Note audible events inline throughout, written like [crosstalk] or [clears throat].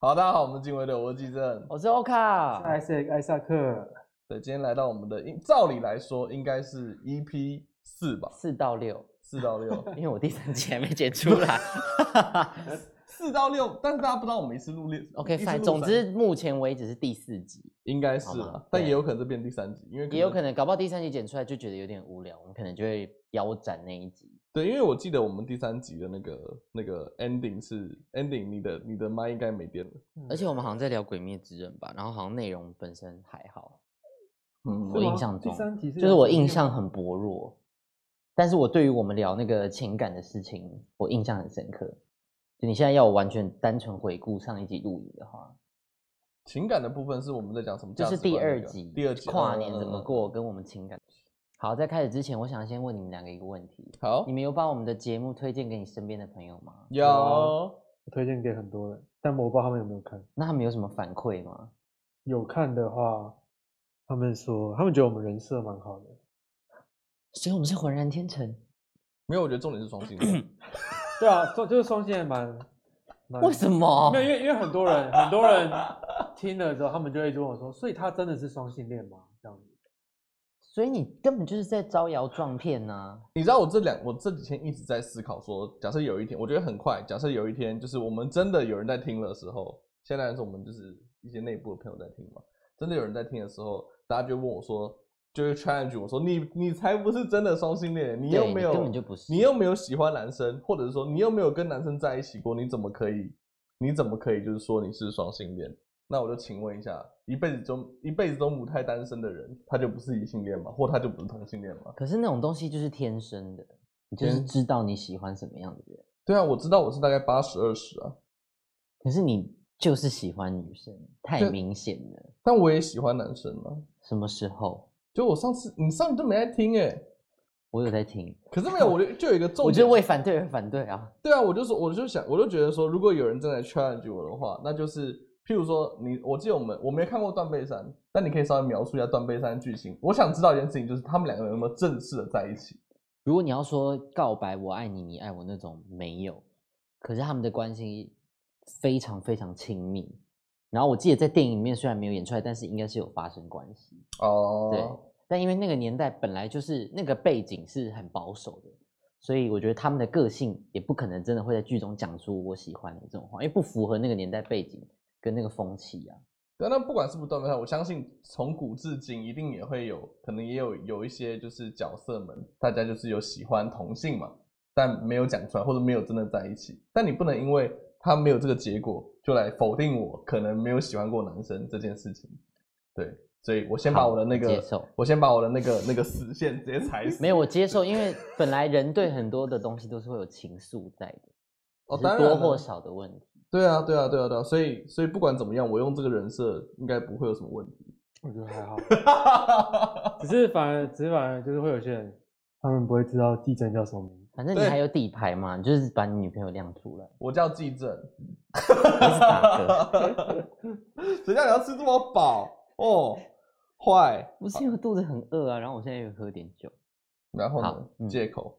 好，大家好，我们是警卫的，我是季正。我是 [laughs] 欧卡，艾塞艾萨克，对，今天来到我们的，应照理来说应该是 EP 四吧，四到六，四到 [laughs] 六，呃因为我第三集还没剪出来。四到六，但是大家不知道我们一次录六 [laughs] OK，一次录反三总之目前为止是第四集，应该是好啦吧，但对也有可能是变第三集，因为也有可能搞不好第三集剪出来就觉得有点无聊，我们可能就会腰斩那一集。对，因为我记得我们第三集的那个那个 ending 是 ending，你的你的麦应该没电了，嗯而且我们好像在聊《鬼灭之刃》吧，然后好像内容本身还好，嗯我是吗印象中第三啊集是就是我印象很薄弱，但是我对于我们聊那个情感的事情，我印象很深刻。就你现在要我完全单纯回顾上一集录影的话，情感的部分是我们在讲什么？就价是值第观那二个集，第二集跨年怎么？嗯嗯嗯过，跟我们情感。好，在开始之前，我想先问你们两个一个问题：好你，们有把我们的节目推荐给你身边的朋友吗？有我推荐给很多人，但我不知道他们有没有看。那他们有什么反馈吗？有看的话，他们说他们觉得我们人设蛮好的，所以我们是浑然天成，没有？我觉得重点是双性嗯恋对啊，就就是双性恋蛮蛮为什么没？有，因为因为很多人很多人听了之后，他们就会跟我说，所以他真的是双性恋吗？这样子，所以你根本就是在招摇撞骗呐、 [clears throat] 你知道我这两我这几天一直在思考说，假设有一天，我觉得很快，假设有一天就是我们真的有人在听的时候，现在来说我们就是一些内部的朋友在听嘛，真的有人在听的时候，大家就问我说，就会 challenge 我说你你才不是真的双性恋，你对又没有你根本就不是你又没有喜欢男生，或者是说你又没有跟男生在一起过，你怎么可以你怎么可以就是说你是双性恋？那我就请问一下，一辈子中一辈子都母胎单身的人，他就不是异性恋吗？或他就不是同性恋吗？可是那种东西就是天生的，你就是天知道你喜欢什么样的人，对啊，我知道我是大概八十二十啊，可是你就是喜欢女生，太对明显了。但我也喜欢男生啊。什么时候？就我上次你上次都没在听哎、我有在听，可是没有，我就就有一个重点，我觉得为反对而反对啊。对啊，我就说我就想我就觉得说，如果有人正在 challenge 我的话，那就是譬如说你，我记得我们我没看过《断背山》，但你可以稍微描述一下《断背山》的剧情。我想知道一件事情，就是他们两个人有没有正式的在一起？如果你要说告白我爱你，你爱我那种没有，可是他们的关系非常非常亲密。然后我记得在电影里面虽然没有演出来，但是应该是有发生关系。哦对，但因为那个年代本来就是那个背景是很保守的，所以我觉得他们的个性也不可能真的会在剧中讲出我喜欢你这种话，因为不符合那个年代背景跟那个风气啊。对，那不管是不是断背山，我相信从古至今一定也会有，可能也有有一些就是角色们，大家就是有喜欢同性嘛，但没有讲出来，或者没有真的在一起。但你不能因为他没有这个结果，就来否定我可能没有喜欢过男生这件事情。对，所以我先把好我的那接个，受我先把我的那个那个死线直接 [laughs] 踩死。没有我接受，因为本来人对很多的东西都是会有情愫在的，哦，只当是然多了或少的问题。对啊，对啊，对啊，对啊。所以，所以不管怎么样，我用这个人设应该不会有什么问题。 [laughs] 我觉得还好，只是反而只是反而就是会有些人，他们不会知道地震叫什么名字。反正你对还有底牌嘛，你就是把你女朋友亮出来。我叫季正，是 [laughs] 打 [laughs] 谁叫你要吃这么饱哦？坏，不是因为肚子很饿啊，然后我现在又喝点酒。然后呢好？嗯借口。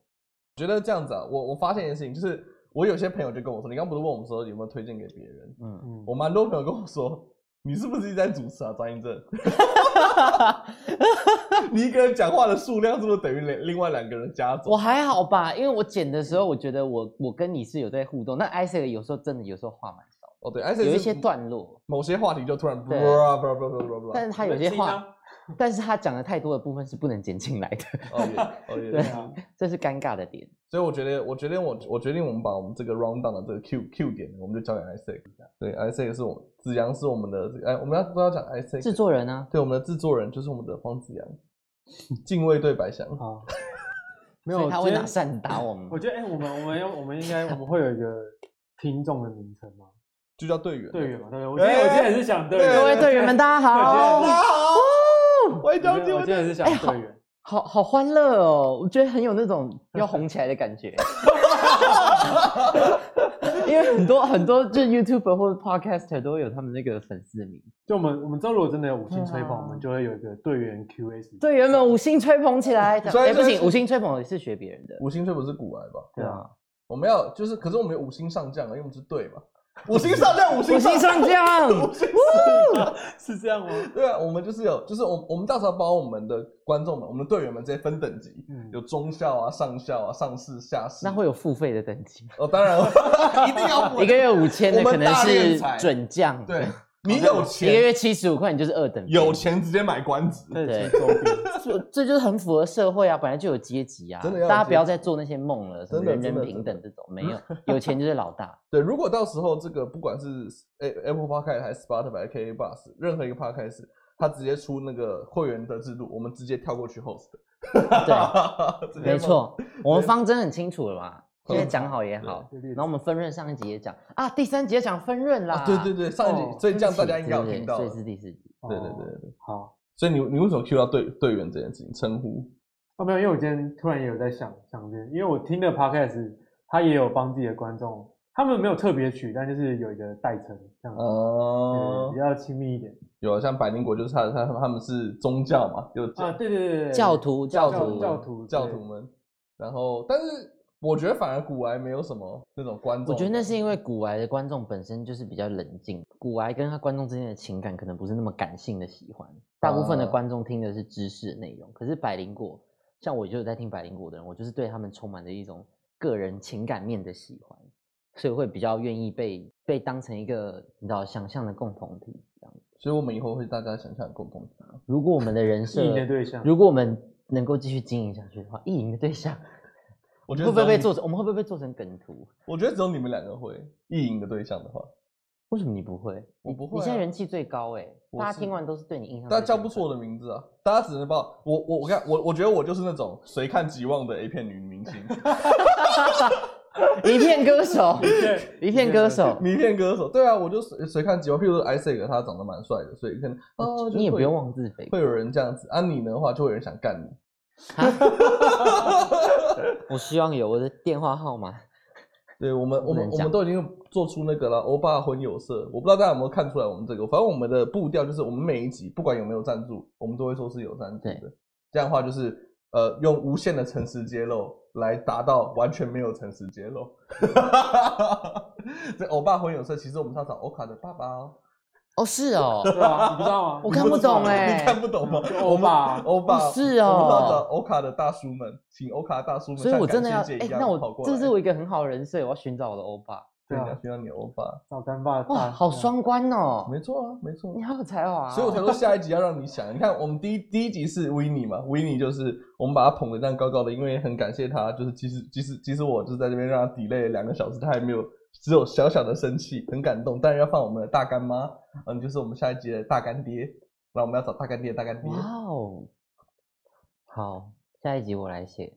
觉得这样子啊，我我发现一件事情，就是我有些朋友就跟我说，你刚不是问我们说有没有推荐给别人？嗯， [laughs] 嗯，我蛮多朋友跟我说，你是不是一直在主持啊？张英 [laughs] 正，你一个人讲话的数量是不是等于另另外两个人加我总？还好吧，因为我剪的时候，我觉得我我跟你是有在互动，但艾瑟有时候真的有时候话蛮少，哦，对，而且有一些段落，某些话题就突然对 blah blah blah blah blah blah 但是他有些啊话，但是他讲的太多的部分是不能剪进来的， [laughs] 哦也哦也对是啊这是尴尬的点。所以我觉得，我决定我我决定我们把我们这个 round down 的这个 Q Q 点，我们就交给 Isaac。对，Isaac 是我们子阳是我们的哎，我们要不要讲 Isaac？制作人啊呢、对，我们的制作人就是我们的黄子阳，禁卫队白翔。好，没没有，他会今天拿扇打我我们。觉得，哎、我们我们要我们应该我们会有一个听众的名称吗？就叫队员。队员嘛，队员。我今天、我今天也是想队员，各位队员们，大家我觉得好，好，哦我也我叫禁今天我卫今天队。也是想哎好队员。好好欢乐哦，我觉得很有 [laughs] 那种要红起来的感觉。 [laughs] 因为很多很多就是 YouTuber 或者 Podcaster 都有他们那个粉丝名，就我们我们之后如果真的有五星吹对捧，啊我们就会有一个队员 QS。队员们五星吹捧起来。所以哎、不所以行，五星吹捧也是学别人的。五星队不是古来吧？对啊， [laughs] 我们要就是，可是我们有五星上将啊，因为我们是队嘛。五星上将，五星五星上上将， [laughs] 五星 [laughs] 是这样吗？对啊，我们就是有，就是我我们到时候帮我们的观众们，我们的队员们这些分等级，嗯有中校啊、上校啊、上士、下士。那会有付费的等级吗，哦，当然 [laughs] 一定要补一个月五千的我可们能大练是才准将，对，你有一个钱，月七十五块，你就是二等兵有，钱直接买官职。开始对出周边，这这就是很符合社会啊，本来就有阶级啊，真的要有大家阶不要级再做那些梦了，什么真的人真人的平真等这种，没有，有钱就是老大，对，如果到时候这个不管是 A- Apple Podcast 还是 Spotify、KK Bus，任何一个 Podcast，它直接出那个会员的制度，我们直接跳过去 host。对没错，我们对方针很清楚了嘛，很现在讲好也好对，然后我们分润上一集也讲啊，第三集也讲分润啦、啊，对对对，上一哦集，所以这样大家应该有对对听到所了。以是第四集，对对对对对，好。所以你你为什么 Q 到队队员这件事情称呼？哦，没有，因为我今天突然也有在想想这件，因为我听的 podcast，他也有帮自己的观众，他们没有特别取，但就是有一个代称这样子，对哦嗯比、较亲密一点有啊，像百灵果就是他他他们是宗教嘛，就啊，对对对对，对教徒教徒教徒教徒们，然后但是我觉得反而古癌没有什么那种观众，我觉得那是因为古癌的观众本身就是比较冷静，古癌跟他观众之间的情感可能不是那么感性的喜欢，大部分的啊观众听的是知识的内容。可是百灵果，像我就有在听百灵果的人，我就是对他们充满着一种个人情感面的喜欢，所以会比较愿意被被当成一个你知道想象的共同体这样。所以我们以后会大家想象共同啊体如果我们的人意淫的设，对象，如果我们能够继续经营下去的话，意淫的 [laughs] 对象我觉得会不会被只有做成？我们会不会被做成梗图？你？我觉得只有你们两个会意淫的对象的话，为什么你不会？我你不你会现啊在人气最高哎、我大家是听完都是对你印象最深刻。大家叫不出我的名字啊，大家只能把我我我我看我我觉得我就是那种随看即忘的 A 片女明 [laughs] 星，一片歌 [laughs] 手，一片歌手。名片歌手。对啊，我就随随看即忘。譬如说 Isaac 他长得蛮帅的，所以可能哦，就你也不会用妄自菲薄会有人这样子啊，你的话就会有人想干你。我希望有我的电话号码。对我们，不我能们我讲们都已经做出那个了，欧巴婚友社，我不知道大家有没有看出来我们这个，反正我们的步调就是我们每一集不管有没有赞助，我们都会说是有赞助的。这样的话就是呃，用无限的诚实揭露来达到完全没有诚实揭露。 [laughs] 这欧巴婚友社，其实我们是要找欧卡的爸爸哦，哦，是哦，对啊，你不知道吗？我看不懂哎、哎你看不懂吗？就 [laughs] 欧巴我们欧巴哦是哦我们都要找欧卡的大叔们，请欧卡大叔们 [laughs] 所以像我感真的要谢节哎、一样那跑我过来。这是我一个很好的人设，我要寻找我的欧 [laughs] 巴。对对啊啊，需要你的欧巴，找干爸，哇，好爽。双关哦！没错啊，没错。你好有才华、啊。所以我才说下一集要让你想。你看，我们第一第一集是维尼嘛，维尼就是我们把他捧得这样高高的，因为很感谢他，就是即使即使即使我就是在这边让他 delay 了两个小时，他还没有只有小小的生气，很感动。但是要放我们的大干妈，嗯，就是我们下一集的大干爹。那我们要找大干爹，大干爹，哇哦，好，下一集我来写。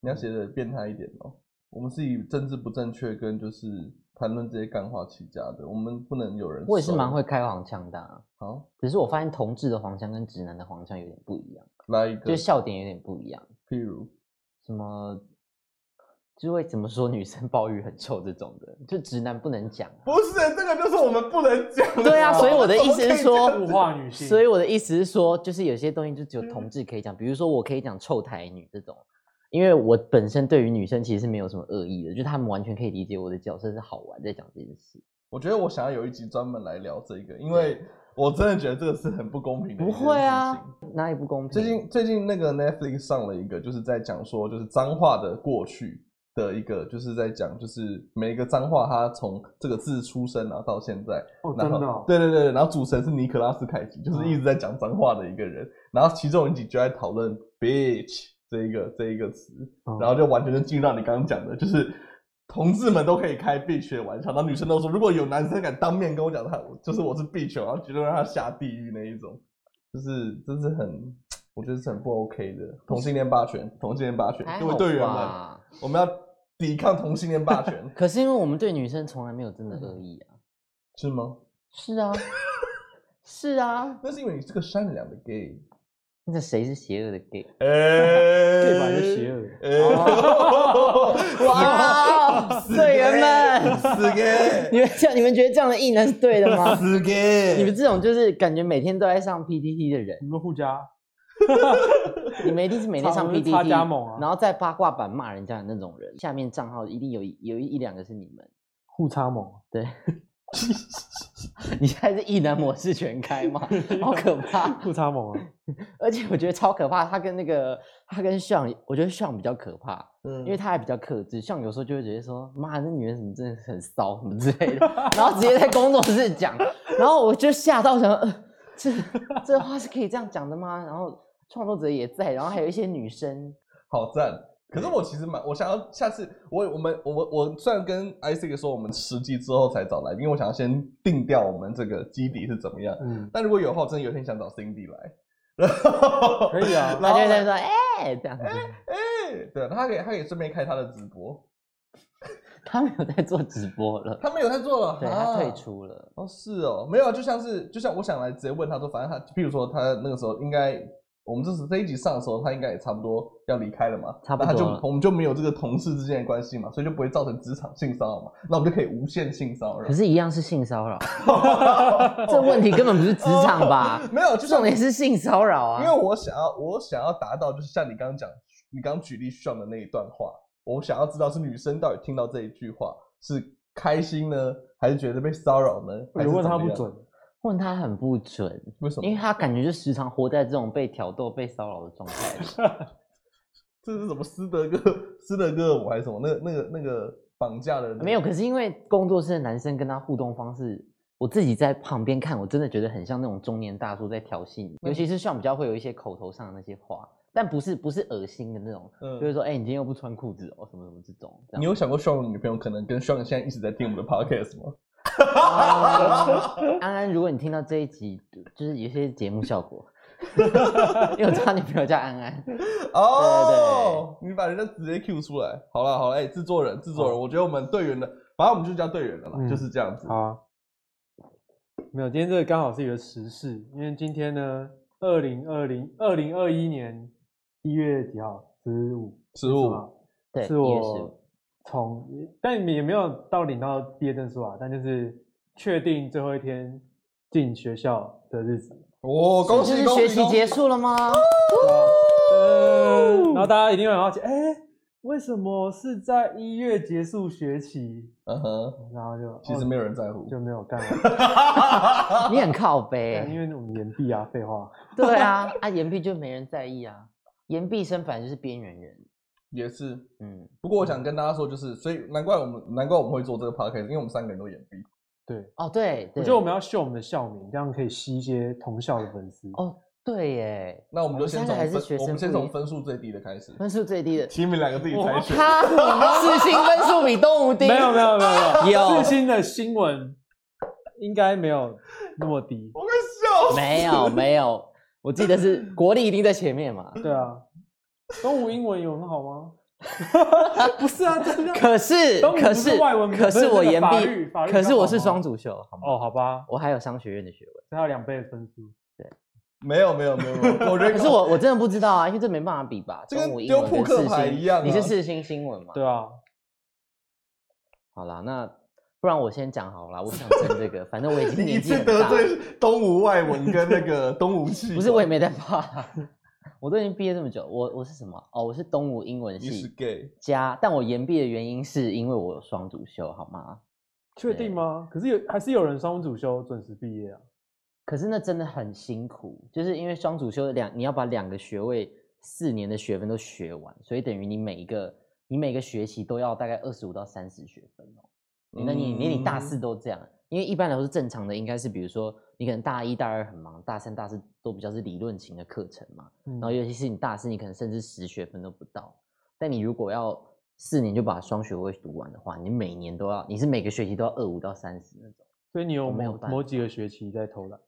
你要写的变态一点哦。我们是以政治不正确跟就是谈论这些干话起家的，我们不能有人。我也是蛮会开黄腔的、啊，好，只是我发现同志的黄腔跟直男的黄腔有点不一样，来一个，就是笑点有点不一样。譬如什么，就是会怎么说女生鲍鱼很臭这种的，就直男不能讲 [laughs] 啊、不是这个，就是我们不能讲的。对啊，所以我的意思是说，物化女哦性，所以我的意思是说，就是有些东西就只有同志可以讲，比如说我可以讲臭台女这种，因为我本身对于女生其实是没有什么恶意的，就他们完全可以理解我的角色是好玩在讲这件事。我觉得我想要有一集专门来聊这个，因为我真的觉得这个是很不公平的。不会啊，，哪里不公平？最嗯近最近那个 Netflix 上了一个，就是在讲说就是脏话的过去的一个，就是在讲就是每一个脏话它从这个字出生然后到现在，哦，然真后、的、哦，嗯对对对，然后主持人是尼可拉斯凯奇，就是一直在讲脏话的一个人，然后其中一集就在讨论 bitch 这一个这一个词，嗯然后就完全就进入到你刚刚讲的，就是同志们都可以开 bitch 的玩笑，然后女生都说，如果有男生敢当面跟我讲他就是我是 bitch，然后绝对让他下地狱那一种，就是这是很，我觉得是很不 OK 的同性恋霸权，同性恋霸权，还各位好队员们，吧，我们要抵抗同性恋霸权可是因为我们对女生从来没有真的恶意啊。是吗？是啊，是啊，那是因为你是个善良的 gay，那谁是邪恶的 gay？哎，对吧？就邪恶，恶，哎 [laughs] 哇，欸队员们，死 gay， [laughs] 你们这样，你们觉得这样的异男是对的吗？死 gay，你们这种就是感觉每天都在上 PTT 的人，你们互加，你们一定是每天上差不多是差 PTT，加盟啊然后在八卦版骂人家的那种人，下面账号一定有一有一一两个是你们，互插猛，啊对，你现在是异能模式全开吗？好可怕！ [laughs] 互插 [laughs] 猛啊！而且我觉得超可怕，他跟那个他跟向，我觉得向比较可怕， [laughs] 嗯因为他还比较克制。像有时候就会觉得说，妈，那女人怎么真的很骚什么之类的，然后直接在工作室讲，然后我就吓到想，呃、这这话是可以这样讲的吗？然后创作者也在，然后还有一些女生，好赞。可是我其实蛮，我想要下次我我们我我我虽然跟 Isaac 说我们十集之后才找来宾，因为我想要先定掉我们这个基底是怎么样。嗯，但如果有的话，我真的有一天想找 Cindy 来，然后可 [laughs] 以啊他就然后呢在说，哎、这嗯样子，哎、对，他可以他可以顺便开他的直播，他没有在做直播了，他没有在做了，对啊他退出了。哦，是哦，没有啊，就像是就像我想来直接问他说，反正他，譬如说他那个时候应该，我们这是这一集上的时候，他应该也差不多要离开了嘛，差不多那他就了我们就没有这个同事之间的关系嘛，所以就不会造成职场性骚扰嘛，那我们就可以无限性骚扰可。是，一样是性骚扰，这问题根本不是职场吧？ [laughs] 没有，就像 [laughs] 重点是性骚扰啊！哦因为我想要我想要达到就是像你刚刚讲，你刚举例上的那一段话，我想要知道是女生到底听到这一句话是开心呢，还是觉得被骚扰呢？还你是问怎他么不样，准，问他很不准，为什么因为？他感觉就时常活在这种被挑逗、被骚扰的状态里。这是什么斯德哥斯德哥尔摩还是什么？那个那个那个绑架的、没有，，可是因为工作室的男生跟他互动方式，我自己在旁边看，我真的觉得很像那种中年大叔在调戏你，尤嗯其是像比较会有一些口头上的那些话，但不是不是恶心的那种，嗯就是说，哎、你今天又不穿裤子哦，什么什么这种。这样你有想过 Sean 的女朋友可能跟 Sean 现在一直在听我们的 podcast [laughs] 吗？ [laughs] 啊安安，如果你听到这一集，就是有些节目 [laughs] 效果，因为我知道你朋友叫安安，哦，你把人家直接 Q 出来，好了好了，哎、制作人制作人，我觉得我们队员的，反正我们就叫队员了啦，嗯就是这样子。好啊。没有，今天这个刚好是一个时事，因为今天呢，二零二零二零二一年一月几号？十五，十五是吧对，是也哦是我从，但也没有到领到毕业证书啊，但就是确定最后一天进学校的日子。哦，恭就喜是恭学喜期恭喜！结束了 [laughs] 吗？呃然后大家一定会很好奇，哎、为什么是在一月结束学期？嗯哼，然后就其实哦没有人在乎。就没有干完，你很靠对因背，为我们延毕啊，废话。对啊，啊岩壁就没人在意啊，岩壁生本来就是边缘人， [laughs] 也是，嗯，不过我想跟大家说，就是所以难怪我们难怪我们会做这个 podcast，因为我们三个人都眼闭。对，哦对，我对觉得我们要秀我们的校名，这样可以吸一些同校的粉丝。哦对耶，那我们就先我从们三个还是分学生我们先不一从样分数最低的开始。分数最低的，你们两个自己猜选。 [laughs] 他四星分数比动物低，没有没有没有没有最新的新闻应该没有那么低。我快笑死！ [laughs] 没有没有，我记得是国力一定在前面嘛， [laughs] 对啊，东吴英文有很好吗？ [laughs] 不是啊，真的。可 [laughs] 是东吴可不是是外文可不是是我那个岩法律壁法，律可比是较我好是吗双主修，好吗？哦，好吧，我还有商学院的学位，这要两倍的分数。没有没有没有， [laughs] 没有我觉得啊可是我我真的不知道啊，因为这没办法比吧，这跟中午英丢文扑跟克四牌星一样啊你是四星新闻嘛？对啊，好啦，那不然我先讲好了，我不想争这个，反正我已经 [laughs] 你一年纪次很得大，罪东吴外文跟那个东吴气，不是我也没在怕， [laughs] 我都已经毕业这么久，我我是什么？哦，我是东吴英文你是系 gay，加，但我延毕的原因是因为我有双主修，好吗？确定吗？可是有还是有人双主修准时毕业啊。可是那真的很辛苦，就是因为双主修的两，你要把两个学位四年的学分都学完，所以等于你每一个你每个学期都要大概二十五到三十学分哦。那嗯你连你大四都这样，因为一般来说是正常的，应该是比如说你可能大一大二很忙，大三大四都比较是理论型的课程嘛，嗯然后尤其是你大四，你可能甚至十学分都不到。但你如果要四年就把双学位读完的话，你每年都要，你是每个学期都要二五到三十那种。所以你有我没有某办某法几个学期在偷懒。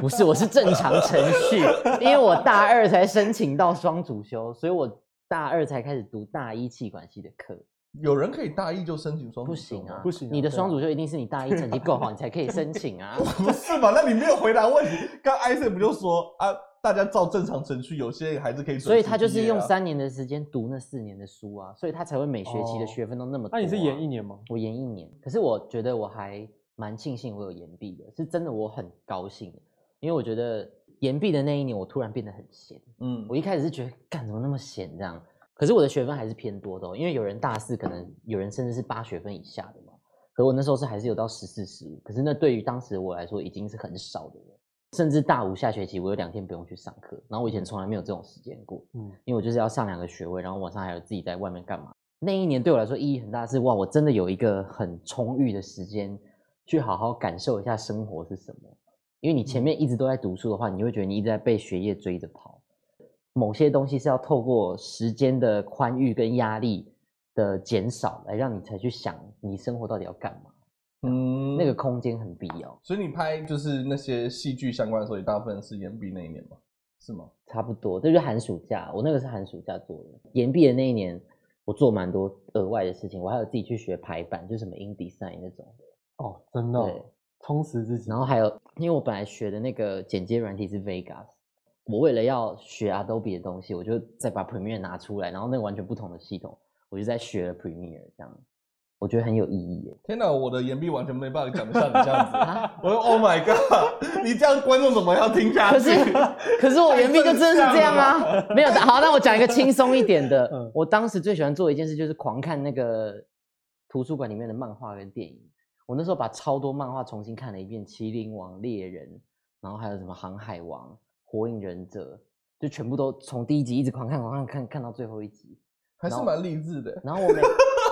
不是，我是正常程序，因为我大二才申请到双主修，所以我大二才开始读大一气管系的课。有人可以大一就申请双主不修行啊吗，不行啊你的对啊双主修一定是你大一成绩够好，你才可以申请 [laughs] 啊。不是吧？那你没有回答问题。刚艾森不就说啊，大家照正常程序，有些人还是可以准时毕业啊。所以他就是用三年的时间读那四年的书啊，所以他才会每学期哦的学分都那么多、那、啊。你是延一？年吗？我延一年，可是我觉得我还蛮庆幸我有延毕的，是真的我很高兴，因为我觉得延毕的那一年我突然变得很闲。嗯我一开始是觉得干怎么那么闲这样，可是我的学分还是偏多的、哦，因为有人大四，可能有人甚至是八学分以下的嘛。可我那时候是还是有到十四、十五，可是那对于当时我来说已经是很少的了。甚至大五下学期我有两天不用去上课，然后我以前从来没有这种时间过，嗯，因为我就是要上两个学位，然后晚上还有自己在外面干嘛。那一年对我来说意义很大是，哇，我真的有一个很充裕的时间去好好感受一下生活是什么。因为你前面一直都在读书的话，你会觉得你一直在被学业追着跑，某些东西是要透过时间的宽裕跟压力的减少来让你才去想你生活到底要干嘛，嗯，那个空间很必要，所以你拍就是那些戏剧相关的时候，也大部分是延毕那一年嘛，是吗？差不多。这就是寒暑假，我那个是寒暑假做的。延毕的那一年，我做蛮多额外的事情，我还有自己去学排版，就是什么 InDesign 那种的。哦，真的哦、对，充实自己。然。后还有，因为我本来学的那个剪接软体是 Vegas，我为了要学 Adobe 的东西，我就再把 Premiere 拿出来，然后那个完全不同的系统，我就在学了 Premiere，这样我觉得很有意义耶。天哪，我的延毕完全没办法讲得像你这样子。啊，我说 Oh my god！你这样观众怎么要听下可去是？ [laughs] 可是我太原毕就正真的是向这样了啊，没有好，那我讲一个轻松一 [laughs] 点的嗯我当时最喜欢做的一件事就是狂看那个图书馆里面的漫画跟电影。我那时候把超多漫画重新看了一遍，《麒麟王》《猎人》，然后还有什么《航海王》《火影忍者》，就全部都从第一集一直狂看狂看看看到最后一集。 [laughs] 还是蛮励志的。然后我每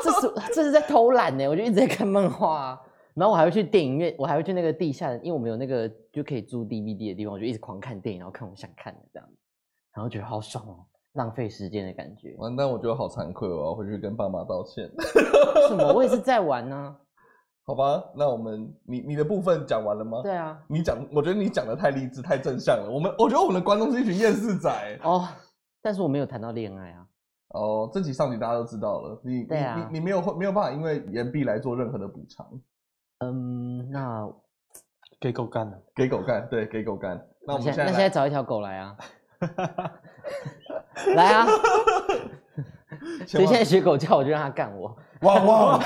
这是这是在偷懒呢，我就一直在看漫画、啊。然后我还会去电影院，我还会去那个地下的，因为我们有那个就可以租 DVD 的地方，我就一直狂看电影，然后看我想看的这样，然后觉得好爽哦，浪费时间的感觉。完蛋，我觉得好惭愧哦，我要回去跟爸妈道歉。 [laughs] 为什么？我也是在玩呢、好吧，那我们你你的部分讲完了吗？对啊，你讲，我觉得你讲的太励志、太正向了。我们我觉得我们的观众是一群厌世仔。哦，但是我没有谈到恋爱啊。哦，这集上集大家都知道了，你对啊你你你没有没有办法因为延毕来做任何的补偿，嗯，那给狗干了，给狗干，对，给狗干。那我们现现在那在现来在找一条狗来 [laughs] 啊，来啊！前所以往现在学狗叫，我就让它干我。哇哇哇哇！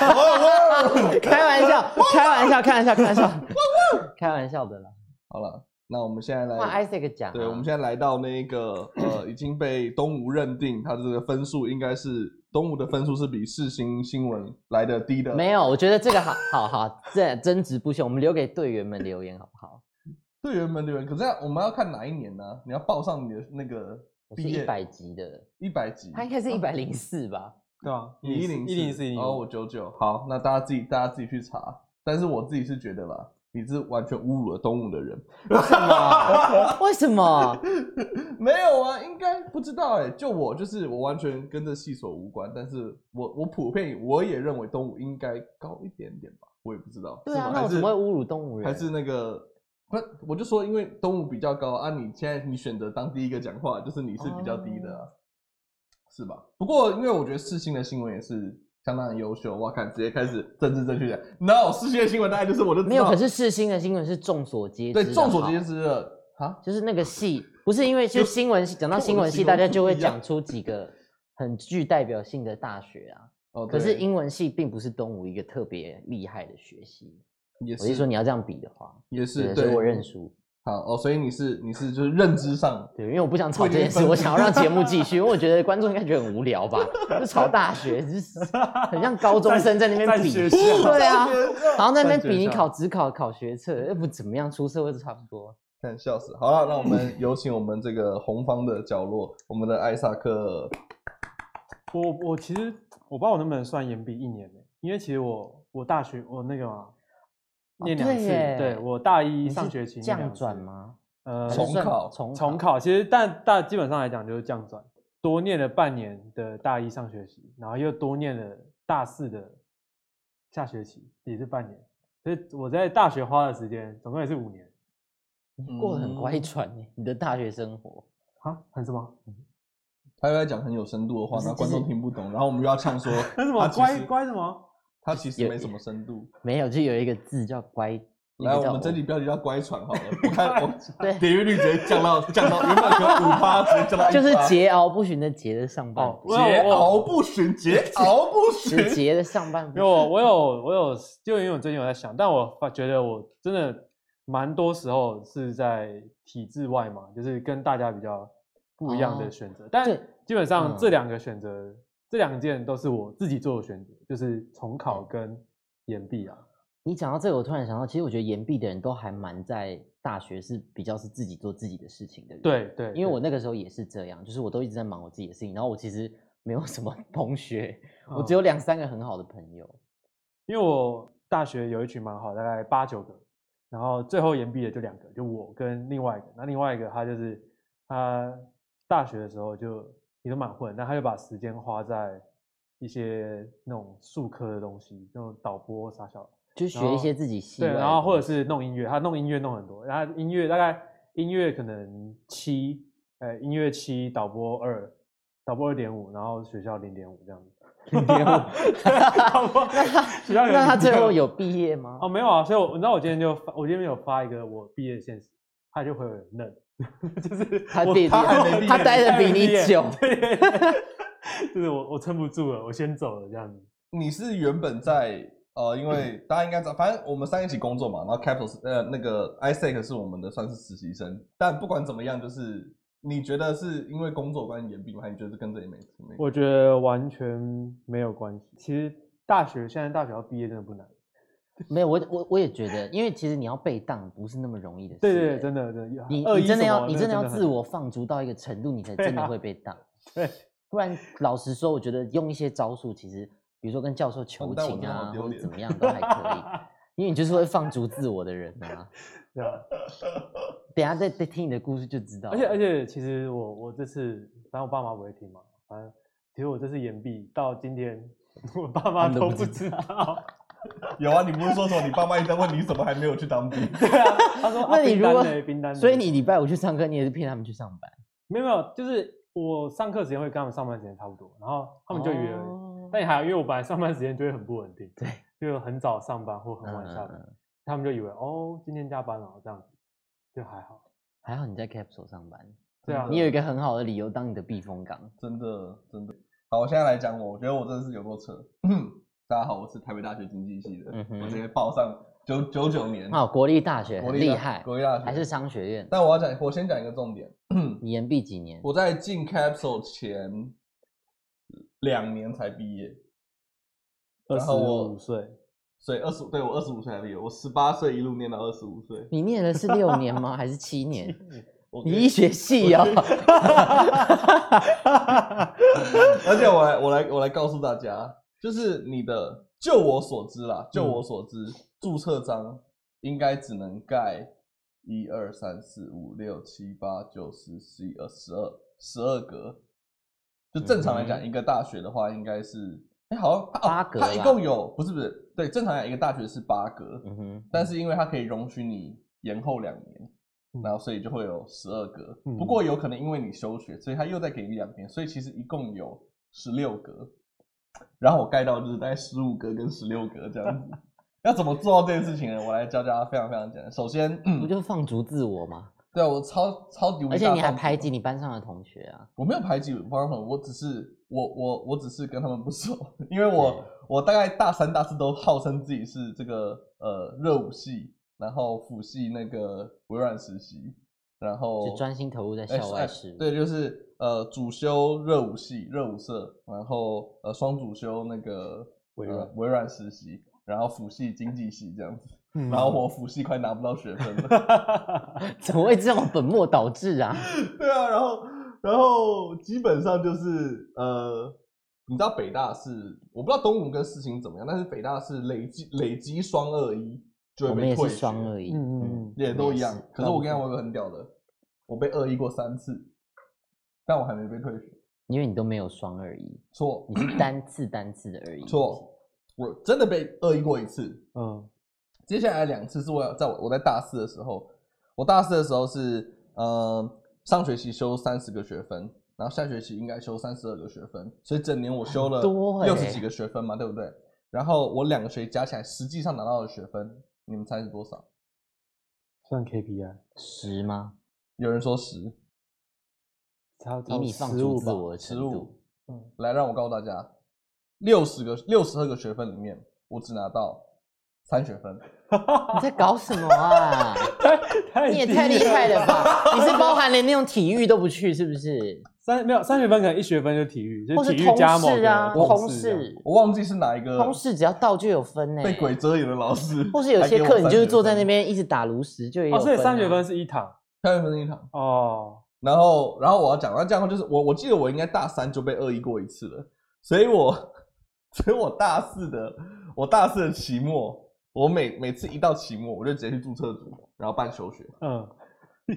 [laughs] 开玩笑，开玩笑，开玩笑，开玩笑，开玩笑的啦。好了，那我们现在换来， Isaac 讲啊、对，我们现在来到那个呃，已经被东吴认定他的这个分数应该是东吴的分数是比世新新闻来的低的。没有，我觉得这个好好好，这争执不休，我们留给队员们留言好不好？队员们，队员，可是要我们要看哪一年呢、你要报上你的那个我是毕一业嗯百级的，一百级，他应该是一百零 [laughs] 四吧？对啊，你一零一零四一零哦，我九九，好，那大家自己大家自己去查。但是我自己是觉得啦，你是完全侮辱了东吴的人。 [laughs] 什么？为什么？没有啊，应该不知道哎、就我就是我完全跟这系所无关，但是我我普遍我也认为东吴应该高一点点吧，我也不知道。对是啊吗，那我还怎是么会侮辱动物人？还是那个。不，我就说，因为东吴比较高啊，你现在你选择当第一个讲话，就是你是比较低的、啊，哦是吧？不过，因为我觉得世新的新闻也是相当的优秀，哇，看直接开始政治正确讲，no，世新的新闻大概就是我就知道没有？可是世新的新闻是众所皆知的，对众所皆好，知了啊，就是那个系不是因为就新闻系讲到新闻系，跟我大的家形容就会不一样讲出几个很具代表性的大学啊。哦，可是对英文系并不是东吴一个特别厉害的学系，也我是说你要这样比的话，也对，是所以对，我认输。好哦，所以你是你是就是认知上对，因为我不想吵这件不一事，定我想要让节目继续，因为我觉得观众应该觉得很无聊吧，就吵大学，就是 [laughs] 很像高中生在那边比，在在学校对啊，然后在那边在学比你校考职考考学测，要不怎么样出社会都差不多。 [laughs] 看笑死。好了，那我 [laughs] 们有请我们这个红方的角落，我们的艾萨克， [laughs] 我我其实我不知道我能不能算延毕一年呢、因为其实我我大学我那个嘛，哦念两对次，耶对我大一你上是学期念降两转次？吗？还呃，是重算考重重考，其实但大基本上来讲就是降转，多念了半年的大一上学期，然后又多念了大四的下学期，也是半年，所以我在大学花的时间总共也是五年嗯过得很乖嗯舛耶，你的大学生活。啊，很什么？他又在讲很有深度的话，不是那观众就是听不懂，然后我们又要呛 [laughs] 说很什他么啊其乖实乖什么？他其实有没什么深度。没有，就有一个字叫乖。一来，个我叫们这集标题叫“乖喘” [laughs] 好了，我看我对点阅率直接降到降到原本可五八，直接降到1%就是桀骜不驯的桀的上半部，哦桀骜不驯，桀骜不是驯。桀的上半部。因为我我有我有，就因为我最近有在想，但我发觉得我真的蛮多时候是在体制外嘛，就是跟大家比较不一样哦的选择。但这基本上嗯这两个选择，这两件都是我自己做的选择，就是重考跟延毕啊。你讲到这个，我突然想到，其实我觉得延毕的人都还蛮在大学是比较是自己做自己的事情的人。对对，因为我那对个时候也是这样，就是我都一直在忙我自己的事情，然后我其实没有 [laughs] 什么同学，我只嗯有两三个很好的朋友。因为我大学有一群蛮好，大概八九个，然后最后延毕的就两个，就我跟另外一个。那另外一个他就是他大学的时候就也都蛮混，那他就把时间花在一些那种术科的东西，那种导播啥小，就学一后些自己系哦对，外然的后或东者是弄音乐，他弄音乐弄很多，然后音乐大概音乐可能七，呃，音乐七，导播二，导播二点五，然后学校零点五这 [laughs] 样子。零点5导播 [laughs] 学校有那他最0.5后有毕业吗？哦，没有啊，所以我你知道我今天就发，我今天有发一个我毕业现实，他就回我嫩， [laughs] 就是他我毕业他他还没毕业他待得还比没你毕业久对对 [laughs] 对就是我我撑不住了，我先走了这样子。你是原本在呃，因 [clears throat] 为大家应该知道，反正我们三个一起工作嘛，然后 Capital 是呃那个 Isaac 是我们的算是实习生，但不管怎么样，就是你觉得是因为工作关系延毕吗？还是你觉得是跟这也没没？我觉得完全没有关系。其实大学现在大学要毕业真的不难，没有，我我我也觉得，因为其实你要被当不是那么容易的事欸。对对对，真的真的，你二你一真的什要么你那真的个要很自我放逐到一个程度，你才对真的啊会被当。对不然老实说，我觉得用一些招数，其实比如说跟教授求但我情真的好啊，丢或者脸怎么样都还可 [laughs] 以，因为你就是会放逐自我的人啊。对 [laughs] 啊。等一下再再听你的故事就知道了。而且而且，其实我我这次，反正我爸妈不会听嘛，反正其实我这次延毕到今天， [laughs] 我爸他妈们都都不不知知道。有啊，你不是说什么？你爸妈一直在问你怎么还没有去 [laughs] 当兵？对啊，他说啊 [laughs] 那你冰如单果嘞冰单嘞，所以你礼拜五去上课，你也是骗他们去上班。没有没有，就是我上课时间会跟他们上班时间差不多，然后他们就约了。哦但也还好，因为我本来上班时间就会很不稳定， [laughs] 对，就很早上班或很晚嗯下班，嗯嗯他们就以为哦今天加班了这样子，就还好。还好你在 Capsule 上班，对啊真的你有一个很好的理由当你的避风港。真的真的。好，我现在来讲我，我觉得我真的是有够扯。嗯大家好，我是台北大学经济系的，嗯哼我直接报上九九九年，哦，国立大学很国立厉大害，国立大学还是商学院。但我要讲，我先讲一个重点。嗯你延毕几年？我在进 Capsule 前两年才毕业，二然十后我五岁， [laughs] 所以二十对我二十五岁才毕业，我十八岁一路念到二十五岁。你念的是六年 [laughs] 吗？还是七年？我你医学系哦。而且我来我来我来告诉大家，就是你的，就我所知啦，嗯就我所知，注册章应该只能盖一二三四五六七八九十十一二十二十二格。就正常来嗯讲，哼一个大学的话，应该是哎、好像它哦八格它一吧共有不是不是对，正常来讲一个大学是八格，嗯哼，但是因为它可以容许你延后两年，嗯然后所以就会有十二格。嗯不过有可能因为你休学，所以他又再给你两年，所以其实一共有十六格。然后我盖到就是大概十五格跟十六格这 [laughs] 样子。要怎么做到这件事情呢？我来教大家非常非常简单。首先，不就放逐自我吗？ [clears throat] 对啊我超超级无敌而且大你还放纵排挤你班上的同学啊！我没有排挤方法，我只是我我我只是跟他们不熟， [laughs] 因为我我大概大三大四都号称自己是这个呃热舞系，然后辅系那个微软实习，然后就专心投入在哎校哎外事务。对，就是呃主修热舞系热舞社，然后呃双主修那个微软呃微软实习，然后辅系经济系这样子，嗯然后我辅系快拿不到学分了。 [laughs] 怎么会这种本末倒置 [laughs] 啊？对啊，然后然后基本上就是呃，你知道北大是我不知道东吴跟世新怎么样，但是北大是累积累积双二一就我会们被也退是学双而已。嗯嗯嗯也都一样。可是我跟你他讲，我有个很屌的，我被二一过三次，但我还没被退学。因为你都没有双而已，错你是单次单次的而已。错，我真的被二一过一次，嗯接下来两次是我在我我在大四的时候，我大四的时候是呃上学期修三十个学分，然后下学期应该修三十二个学分，所以整年我修了很多欸六十几个学分嘛，对不对？然后我两个学期加起来，实际上拿到的学分，你们猜是多少？算 KPI，十吗？有人说十，差不以多你放十逐五自吧。我的程哦十五度，。嗯，来让我告诉大家，六十个六十二个学分里面，我只拿到三学分，你在搞什么啊？ [laughs] 太你也低太厉害了了 [laughs] 吧！你是包含连那种体育都不去，是不是？三没有三学分可能一学分就体育，就或是是体育通加某识个啊，同通事这样识，我忘记是哪一个通识只要到就有分呢。呃被鬼遮眼的老师，或是有些课你就是坐在那边一直打炉石，就也有哦，分啊。所以三学分是一堂三学分一堂。哦，然后，然后我要讲，那这样的话就是我，我记得我应该大三就被恶意过一次了，所以我， [laughs] 所以我大四的，我大四的期末，我每每次一到期末，我就直接去注册组，然后办休学，嗯，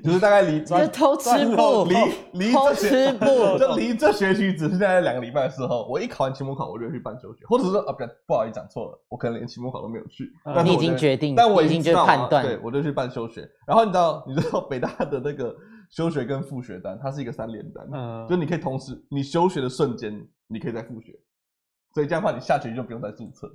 就是大概离你就偷吃布，离离偷这学吃布。就离这学期只剩下两个礼拜的时候，我一考完期末考，我就去办休学，或者是说啊，不不好意思讲错了，我可能连期末考都没有去，嗯但是你已我就经决定，但我你已经经就知道判了断，对我就去办休学。然后你知道，你知道北大的那个休学跟复学单，它是一个三连单，嗯就你可以同时你休学的瞬间，你可以再复学，所以这样的话，你下学期就不用再注册。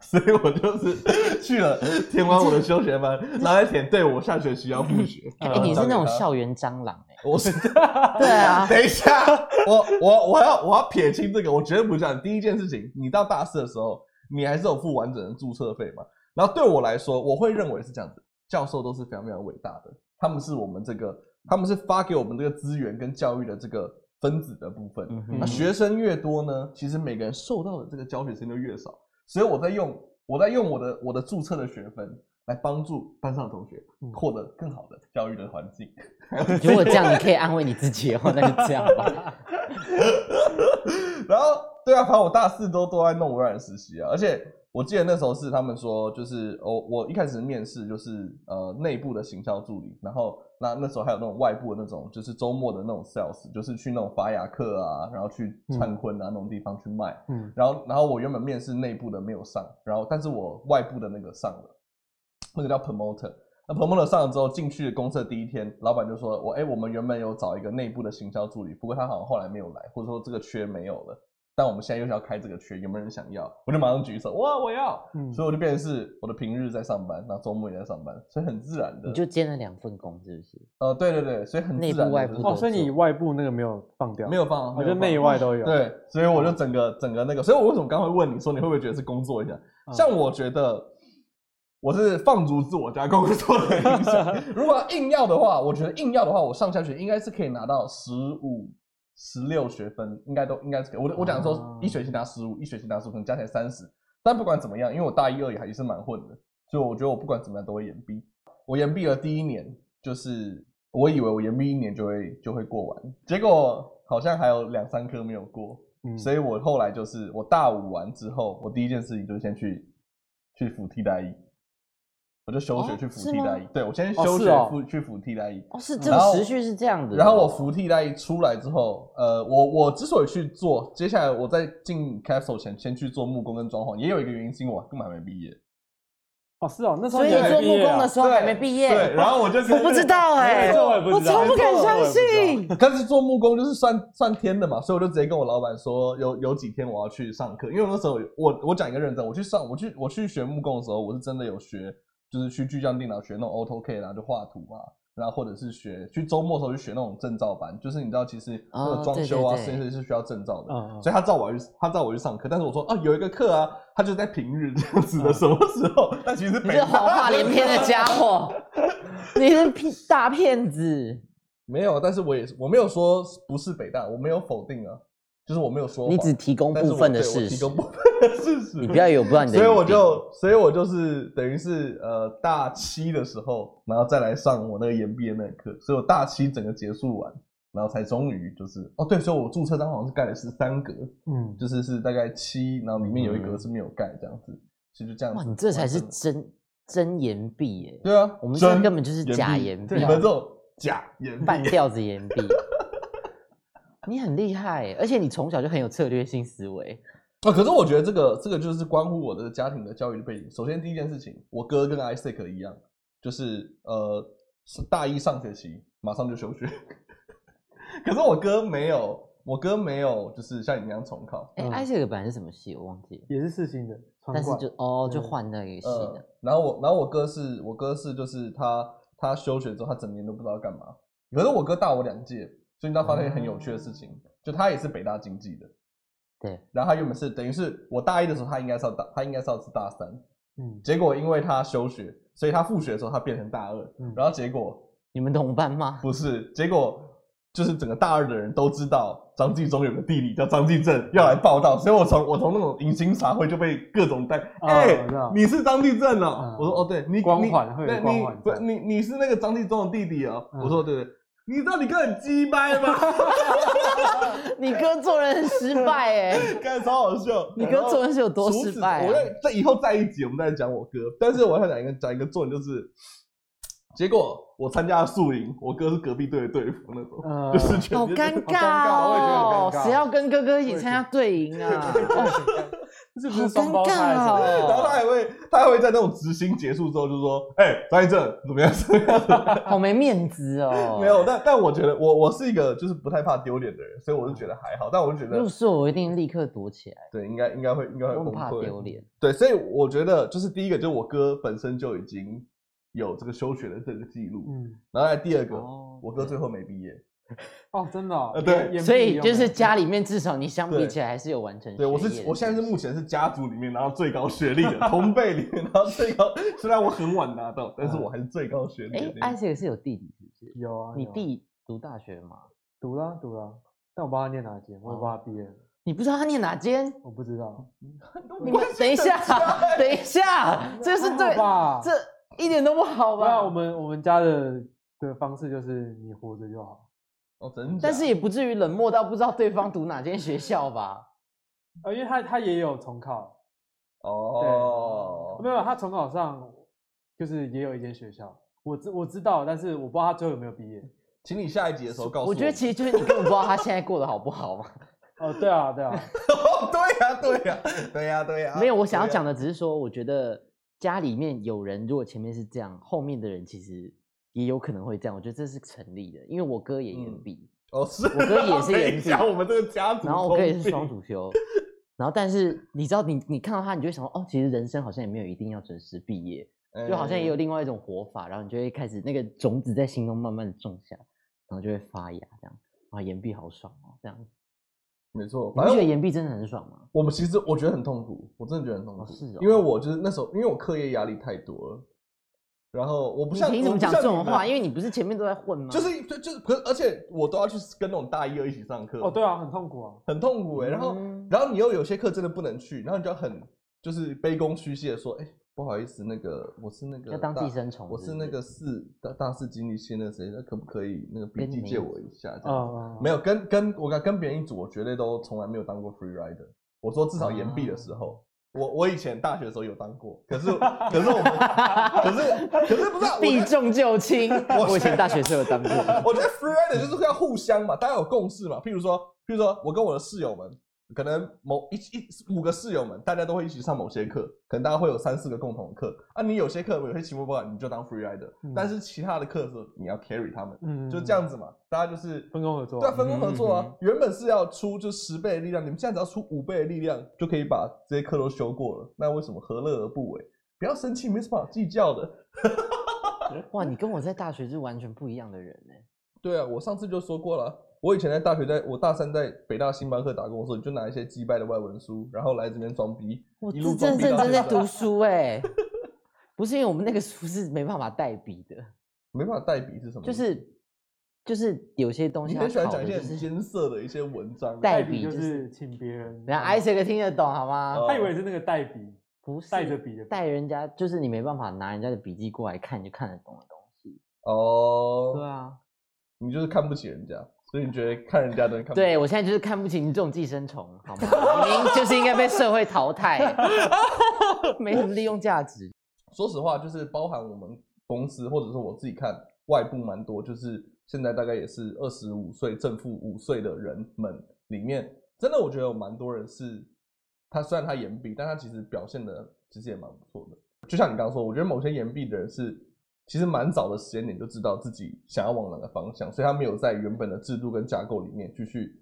[laughs] 所以我就是去了填完我的休学 [laughs] 班，然后再填对我下学期要复学。哎、然后你是交给那种他，校园蟑螂哎、我 [laughs] 是对 [laughs] 啊，等一下，我我我要我要撇清这个，我绝对不是这样。第一件事情，你到大四的时候，你还是有付完整的注册费嘛？然后对我来说，我会认为是这样子，教授都是非常非常伟大的，他们是我们这个，他们是发给我们这个资源跟教育的这个分子的部分。嗯那哼，学生越多呢，其实每个人受到的这个教学时间就越少，所以我在用我在用我的我的注册的学分来帮助班上的同学嗯获得更好的教育的环境。如果这样你可以安慰你自己哦，那就这样吧。 [laughs] 然后对啊，反正我大四都都在弄微软实习啊，而且我记得那时候是他们说，就是我我一开始面试就是呃内部的行销助理，然后那那时候还有那种外部的那种，就是周末的那种 sales，就是去那种法雅克啊，然后去灿坤啊那种地方去卖。嗯然后然后我原本面试内部的没有上，然后但是我外部的那个上了，那个叫 promoter。那 promoter 上了之后，进去公司的第一天，老板就说：“我哎、我们原本有找一个内部的行销助理，不过他好像后来没有来，或者说这个缺没有了。但我们现在又是要开这个缺，有没有人想要？”我就马上举手，哇，我要！嗯所以我就变成是我的平日在上班，然后周末也在上班，所以很自然的你。就兼了两份工，是不是？呃，对对对，所以很自内部然的外就部是都哦，所以你外部那个没有放掉，没有放，哦，没就有内放外都有，，对，所以我就整个整个那个，所以我为什么刚刚会问你说你会不会觉得是工作影响？嗯像我觉得我是放逐自我加工作的影 [laughs] 响。如果要硬要的话，我觉得硬要的话，我上下学应该是可以拿到十五、十六学分，应该都应该是可以。我的我讲说哦一学期拿十五，一学期拿十五分，加起来三十。但不管怎么样，因为我大一、二也还也是蛮混的，所以我觉得我不管怎么样都会延毕。我延毕了第一年，就是我以为我延毕一年就会就会过完，结果好像还有两三科没有过，嗯，所以我后来就是我大五完之后，我第一件事情就是先去去辅替代役，我就休学哦去辅是替代吗役，对我先哦休是学哦辅去辅替代役，哦，是这然个后时序是这样子的。哦然后我服替代役出来之后，呃，我我之所以去做，接下来我在进 Capsule 前先去做木工跟装潢，也有一个原因是因为我根本还没毕业。哦是哦，那时候所以你还做没木毕业工啊的时候还没毕业，对，然后我就我不知道哎、这我也不我知道超不敢这我也相不知道信。但是做木工就是算算天的嘛，所以我就直接跟我老板说，有有几天我要去上课，因为我那时候我我讲一个认真，我去上我去我去学木工的时候，我是真的有学，就是去巨匠电脑学那种 AutoCAD 啊，就画图啊，然后或者是学去周末的时候去学那种证照班，就是你知道其实那个哦装对修啊，对实对验室是需要证照的，嗯嗯所以他叫我去，他叫我去上课，但是我说啊，有一个课啊，他就在平日这样子的，嗯什么时候？ [laughs] 但其实是你北这大谎话连篇 [laughs] 的家伙，你是骗大骗子！没有，但是我也是我没有说不是北大，我没有否定啊，就是我没有说谎你只提供但是部我分的对我事提实供，部分的事实。你不要以为我不知道你的语 [laughs] 所病。以我就，所以我就是等于是呃大七的时候，然后再来上我那个研毕的那个课，所以我大七整个结束完，然后才终于就是哦对，所以我注册单好像是盖了十三格，嗯，就是是大概七，然后里面有一格是没有盖这样子，所以就这样子嗯哇，嗯完成了。你这才是真真言币耶、对啊，我们这真根本就是假毕言毕你们这种假研毕半吊子言币。你很厉害耶，而且你从小就很有策略性思维。啊，可是我觉得这个这个就是关乎我的家庭的教育背景。首先第一件事情，我哥跟 Isaac 一样，就是呃是大一上学期马上就休学， [laughs] 可是我哥没有，我哥没有就是像你那样重考，哎、嗯艾这个本来是什么戏我忘记了，也是四星的，穿但是冠就哦就对换那个戏呃的，，然后我然后我哥是我哥是就是他他休学之后他整年都不知道干嘛，可是我哥大我两届，所以你知道发生一个很有趣的事情，就他也是北大经济的，哦对，然后他原本是等于是我大一的时候，他应该是要大，他应该是要是大三，嗯，结果因为他休学，所以他复学的时候他变成大二，嗯然后结果你们同班吗？不是，结果就是整个大二的人都知道张纪中有个弟弟叫张纪正要来报道，所以我从我从那种迎新茶会就被各种带，哦哎、我知道你是张纪正哦、嗯我说哦对，你光你环会有对光你环不在你你是那个张纪中的弟弟哦、嗯我说对对，你知道你哥很鸡掰吗？ [laughs] 你哥做人很失败哎、看超好笑，你然哥后做人是有多失败、我啊？在在以后再一集我们再讲我哥，但是我要讲一个讲一个重点就是，结果我参加了宿营，我哥是隔壁队的队服那种，呃就是 [laughs] 全好部尴好尴尬我也觉得很尬哦尴！尬谁要跟哥哥一我起也参觉加队营啊？这不好是双尴胞胎尬什么的？哦然 [laughs] 后他还会，他还会在那种执行结束之后就说：“哎、张一正怎么样？ [laughs] 怎么样？”怎么样。好没面子哦没有，，但但我觉得我我是一个就是不太怕丢脸的人，所以我就觉得还好。但我就觉如得果是我，我一定立刻躲起来，对，应该应该会应该会我崩很怕丢溃。脸。对，所以我觉得就是第一个，就是我哥本身就已经有这个休学的这个记录，嗯，然后来第二个，哦我哥最后没毕业。哦，真的哦呃，对也所以就是家里，里面至少你相比对起来还是有完成学业对的我东西。是我现在是目前是家族里面拿到最高学历的 [laughs] 同辈里面拿到最高，虽然我很晚拿到，但是我还是最高学历的哎那，一艾个。斯也是有弟弟是不是？ [laughs] 有啊，你有啊弟读大学吗？读了读了，但我帮他念哪间，我也哦帮他毕业了，你不知道他念哪间？我不知道。你们等一下， [laughs] 等一下， [laughs] 这是对还好，吧？这一点都不好不然吧？我们我们家的的方式就是你活着就好。哦，真的假的。但是也不至于冷漠到不知道对方读哪间学校吧？呃，因为他他也有重考，哦没，有他重考上就是也有一间学校，我知我知道，但是我不知道他最后有没有毕业。请你下一集的时候 [laughs] 告诉我觉得其实就是你根本不知道他现在过得好不 [laughs] 好嘛。哦，对啊对啊，哦，对呀、对呀、对呀、啊对呀、没有，我想要讲的的只是说，我觉得家里面有人，如果前面是这样，后面的人其实也有可能会这样。我觉得这是成立的，因为我哥也延嗯毕，哦，是我哥也 [laughs] 是等一下延毕我们这个家族，然后我哥也是双，主修，然后但是你知道你，你看到他，你就会想说，哦，其实人生好像也没有一定要准时毕业，哎就好像也有另外一种活法，然后你就会开始那个种子在心中慢慢的种下，然后就会发芽这样。啊，岩壁好爽哦，这样。你没错，不反觉得正岩壁真的很爽吗？我们其实我觉得很痛苦，我真的觉得很痛苦，哦是哦因为我就是那时候，因为我课业压力太多了，然后我不你像凭什么讲这种话？因为为你不是前面都在混吗？就是就就是，可是而且我都要去跟那种大一、二一起上课，哦对啊，很痛苦啊。很痛苦哎、然后、嗯然后你又有些课真的不能去，然后你就很就是卑躬屈膝的说，哎、不好意思，那个我是那个要当大寄生虫我是是不那是个四大大四经理系那谁，那可不可以那个笔跟记你借一哦我一下？这样子嗯，没有有跟跟我跟跟别人一组，我绝对都从来没有当过 free rider。我说至少研毕的时哦候，我我以前大学的时候有当过，可是可是我 [laughs] 们可是可是不是、啊、我觉避得重就轻。我以前大学时候有当 [laughs] 过，[laughs] 我觉得 free rider 就是要互相嘛，大家有共识嘛。譬如说，譬如说我跟我的室友们，可能某一一五个室友们，大家都会一起上某些课，可能大家会有三四个共同的课。啊，你有些课有些期末报告你就当 free rider，、嗯但是其他的课的时候你要 carry 他们，嗯就这样子嘛。大家就是分工合作对啊，啊。分工合作啊。嗯原本是要出就十倍的力量，你们现在只要出五倍的力量就可以把这些课都修过了，那为什么何乐而不为？不要生气，没什么好计较的。哇，你跟我在大学是完全不一样的人欸呢。对啊，我上次就说过了啊，我以前在大学在，我大三在北大星巴克打工的时候，你就拿一些击败的外文书，然后来这边装逼，我一路真装正逼到认真在现 [laughs] 读书哎，不是因为我们那个书是没办法代笔的，没办法代笔是什么？就是就是有些东嗯西你它很喜欢考讲的一些就很是。艰涩的一些文章，代代笔笔就就是是请别人，人家 Isaac 听得懂好吗？哦他以为是那个代笔，不是带着笔的笔。带人家，就是你没办法拿人家的笔记过来看，你就看得懂的东西。对哦，啊，你就是看不起人家，所以你觉得看人家的人看不起对我现在就是看不起你这种寄生虫，好吗？明明就是应该被社会淘 [laughs] 汰，没什么利用价值。说实话，就是包含我们公司或者是我自己看外部蛮多，就是现在大概也是二十五岁正负五岁的人们里面，真的我觉得有蛮多人是，他虽然他延毕，但他其实表现的其实也蛮不错的。就像你刚刚说，我觉得某些延毕的人是。其实蛮早的时间点就知道自己想要往哪个方向，所以他没有在原本的制度跟架构里面继续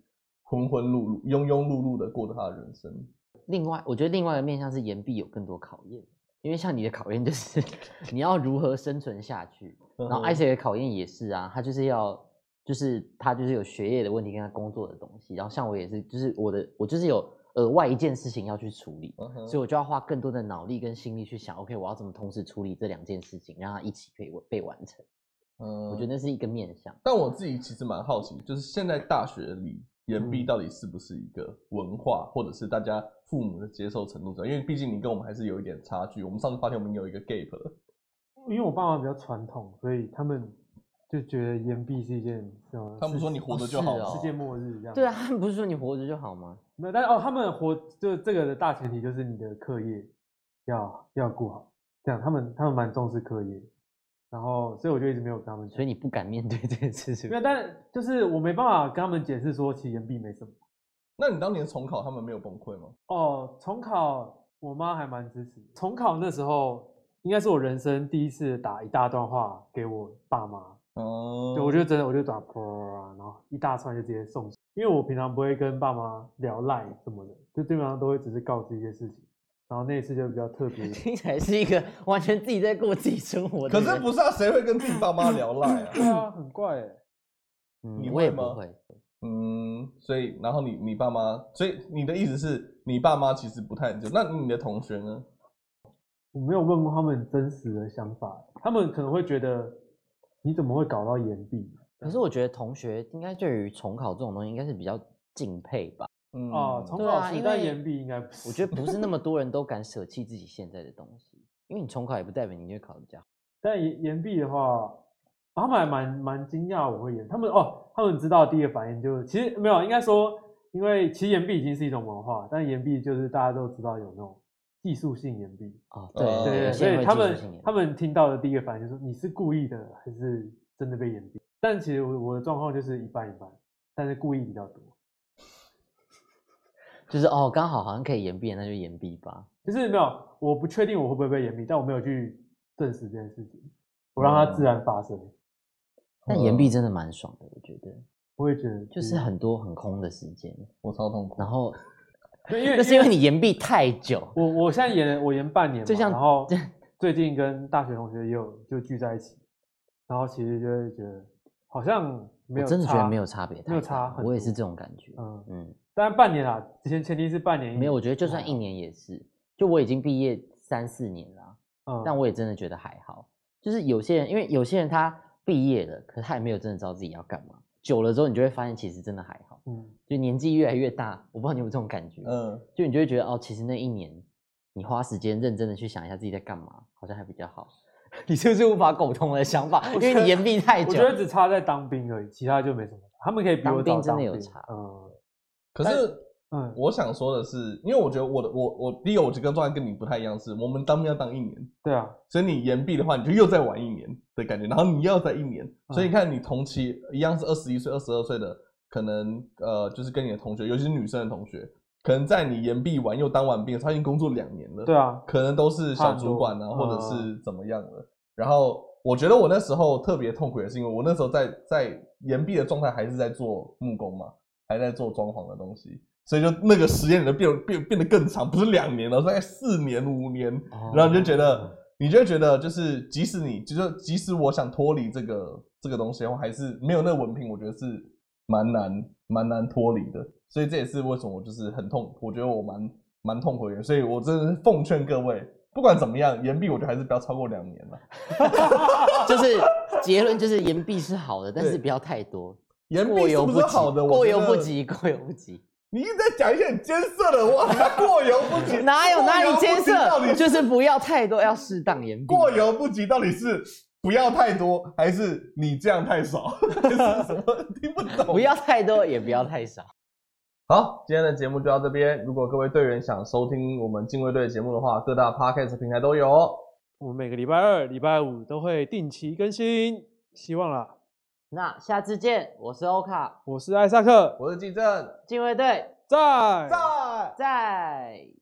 浑浑碌碌、庸庸碌碌的过着他的人生。嗯另外，我觉得另外一个面向是岩壁有更多考验，因为像你的考验就是 [laughs] 你要如何生存下去，然后嗯艾希的考验也是啊，他就是要就是他就是有学业的问题跟他工作的东西，然后像我也是，就是我的我就是有。额外一件事情要去处理，嗯哼所以我就要花更多的脑力跟心力去想，OK，我要怎么同时处理这两件事情，让它一起可以被完成。嗯我觉得那是一个面向。但我自己其实蛮好奇，就是现在大学里延毕嗯到底是不是一个文化，或者是大家父母的接受程度上？因为毕竟你跟我们还是有一点差距。我们上次发现我们有一个 gap 了。因为我爸妈比较传统，所以他们就觉得岩壁是一件什么？他们是说你活着就好是了哦世界末日这样。对啊，， [laughs] 他们不是说你活着就好吗？没有，但哦，他们活就这个的大前提就是你的课业要要顾好，这样他们他们蛮重视课业，然后所以我就一直没有跟他们所以以你不敢面对这 [laughs] 件事情没。有，但就是我没办法跟他们解释说其实岩壁没什么。那你当年重考，他们没有崩溃吗？哦，重考我妈还蛮支持。重考那时候应该是我人生第一次打一大段话给我爸妈，哦、对，我就真的我就打啪，然后一大串就直接送，因为我平常不会跟爸妈聊赖什么的，就基本上都会只是告知一些事情。然后那一次就比较特别， [laughs] 听起来是一个完全自己在过自己生活的可人。是不是啊，谁会跟自己爸妈聊赖 [coughs] 啊？对啊，很怪哎。嗯，你我也会不吗会。嗯，所以然后你你爸妈，所以你的意思是你爸妈其实不太就那你的同学呢？我没有问过他们真实的想法，他们可能会觉得你怎么会搞到岩壁？可是我觉得同学应该对于重考这种东西应该是比较敬佩吧。嗯哦，重对考啊时因代为岩壁应该不我是。觉得不是那 [laughs] 么多人都敢舍弃自己现在的东西，因为你重考也不代表你就会考得比较好。但岩岩壁的话，他们还蛮蛮惊讶我会演，他们哦，他们知道第一个反应就是，其实没有，应该说，因为其实岩壁已经是一种文化，但岩壁就是大家都知道有那种技术性岩壁，哦，对对对有些对，所人以会他技术们性研他究们听到的第一个反应就是你是故意的还是真的被岩壁？但其实我我的状况就是一半一半，但是故意比较多，就是哦，刚好好像可以延毕，那就延毕吧。就是没有，我不确定我会不会被岩壁，但我没有去证实这件事情，我让嗯它自然发生，但延嗯哦毕真的蛮爽的，我觉得，我也觉得就是很多很空的时间，我超痛苦然。后对 [laughs] 因为那是因为你延毕太久，我我现在演了我演半年嘛，就像然后对最近跟大学同学也有就聚在一起，然后其实就会觉得好像我没有真的觉得差没有，差别太大，没有差很我也是多这种感觉。嗯，嗯嗯，当然半年啦，之前前提是半年，没有，我觉得就算一，年也是，就我已经毕业三四年了啊，嗯，但我也真的觉得还好。就是有些人，因为有些人他毕业了，可是他也没有真的知道自己要干嘛。久了之后，你就会发现其实真的还好。嗯，就年纪越来越大，我不知道你有没有这种感觉，嗯，就你就会觉得哦，其实那一年你花时间认真的去想一下自己在干嘛，好像还比较好。 [laughs] 你是不是无法苟同我的想法？因觉为得你延毕太我久觉。得只差在当兵而已，其他就没什么。他们可以比我当兵早真的当有兵差嗯可是嗯，我想说的是，因为我觉得我的我我第一个我这个状态跟你不太一样是，我们当兵要当一年，对啊，所以你延毕的话，你就又再晚一年的感觉，然后你又要再一年，嗯所以你看你同期一样是二十一岁、二十二岁的，可能呃就是跟你的同学，尤其是女生的同学，可能在你延毕完又当完兵的时候，他已经工作两年了，对啊，可能都是小主管啊，差很或多嗯者是怎么样的。然后我觉得我那时候特别痛苦，也是因为我那时候在在岩壁的状态还是在做木工嘛，还在做装潢的东西，所以就那个时间里面变变变得更长，不是两年了，大概四年五年，[laughs] 哦然后你就觉得。你就会觉得，就是即使你，就是即使我想脱离这个这个东西的话，还是没有那个文凭，我觉得是蛮难蛮难脱离的。所以这也是为什么我就是很痛，我觉得我蛮蛮痛苦的原因。所以我真的是奉劝各位，不管怎么样，延毕我觉得还是不要超过两年了。就是结论就是延毕是好的，但是不要太多，延毕过是犹不不是及，好的？我过觉犹不得。及，过犹 [laughs] 不及。你一直在讲一些很艰涩的话，过犹不及， [laughs] 哪有过哪犹里不及艰到底涩？是就是不要太多，要适当延毕。 [laughs] 过犹不及到底是不要太多，还是你这样太少， [laughs] 还是什么 [laughs] 听不懂？不要太多，也不要太少。 [laughs] 好，今天的节目就到这边。如果各位队员想收听我们禁卫队的节目的话，各大 podcast 平台都有哦。我们每个礼拜二、礼拜五都会定期更新，希望啦。那下次见，我是欧卡，我是艾萨克，我是季正，禁卫队在在。在。